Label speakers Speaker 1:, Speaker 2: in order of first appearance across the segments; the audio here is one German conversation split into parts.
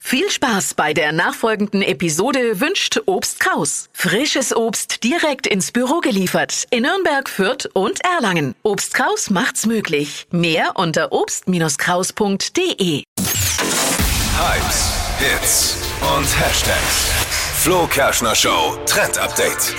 Speaker 1: Viel Spaß bei der nachfolgenden Episode wünscht Obst Kraus. Frisches Obst direkt ins Büro geliefert in Nürnberg, Fürth und Erlangen. Obst Kraus macht's möglich. Mehr unter obst-kraus.de.
Speaker 2: Hypes, Hits und Hashtags. Flo Kerschner Show Trend Update.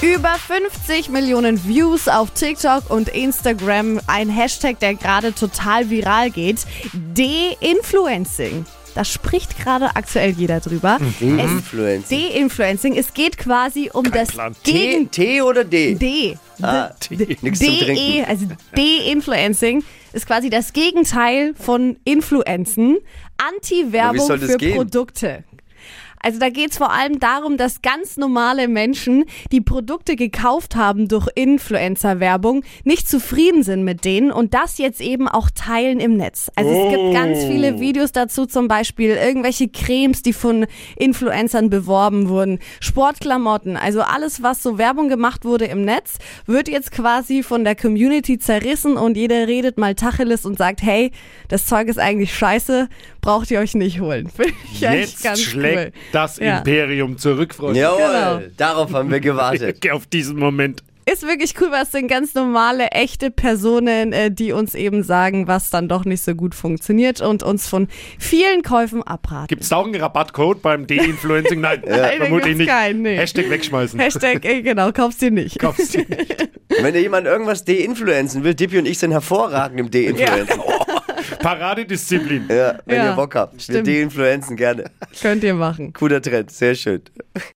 Speaker 3: Über 50 Millionen Views auf TikTok und Instagram. Ein Hashtag, der gerade total viral geht. De-Influencing. Da spricht gerade aktuell jeder drüber.
Speaker 4: Mhm.
Speaker 3: Es-
Speaker 4: Influencer.
Speaker 3: De-Influencing. Es geht quasi um das
Speaker 5: Plan.
Speaker 4: T,
Speaker 3: Gegen
Speaker 4: T oder D?
Speaker 3: D.
Speaker 4: Ah, nix zum
Speaker 3: DE,
Speaker 4: Trinken.
Speaker 3: also De-Influencing ist quasi das Gegenteil von Influenzen.
Speaker 4: Aber wie
Speaker 3: Anti-Werbung
Speaker 4: soll das
Speaker 3: für
Speaker 4: gehen?
Speaker 3: Produkte. Also da geht es vor allem darum, dass ganz normale Menschen, die Produkte gekauft haben durch Influencer-Werbung, nicht zufrieden sind mit denen und das jetzt eben auch teilen im Netz. Also es gibt ganz viele Videos dazu, zum Beispiel irgendwelche Cremes, die von Influencern beworben wurden, Sportklamotten, also alles, was so Werbung gemacht wurde im Netz, wird jetzt quasi von der Community zerrissen und jeder redet mal Tacheles und sagt, hey, das Zeug ist eigentlich scheiße, braucht ihr euch nicht holen. Finde ich eigentlich
Speaker 5: Jetzt
Speaker 3: ganz cool.
Speaker 5: schlägt das
Speaker 3: Ja.
Speaker 5: Imperium zurück, Freunde.
Speaker 4: Jawohl,
Speaker 3: Genau.
Speaker 4: darauf haben wir gewartet.
Speaker 5: Auf diesen Moment.
Speaker 3: Ist wirklich cool, was sind ganz normale, echte Personen, äh, die uns eben sagen, was dann doch nicht so gut funktioniert und uns von vielen Käufen abraten.
Speaker 5: Gibt es da auch einen Rabattcode beim De-Influencing? Nein,
Speaker 3: Nein, da
Speaker 5: vermutlich
Speaker 3: gibt's
Speaker 5: nicht.
Speaker 3: keinen, nee.
Speaker 5: Hashtag wegschmeißen.
Speaker 3: Hashtag, äh, genau, kaufst dir nicht.
Speaker 5: Kauf's dir nicht.
Speaker 4: Wenn dir jemand irgendwas de-influenzen will, Dippy und ich sind hervorragend im de-influenzen.
Speaker 5: Paradedisziplin.
Speaker 4: Ja, wenn
Speaker 3: Ja,
Speaker 4: ihr Bock habt.
Speaker 3: stimmt.
Speaker 4: Wir de-influenzen gerne.
Speaker 3: Könnt ihr machen.
Speaker 4: Cooler Trend, sehr schön.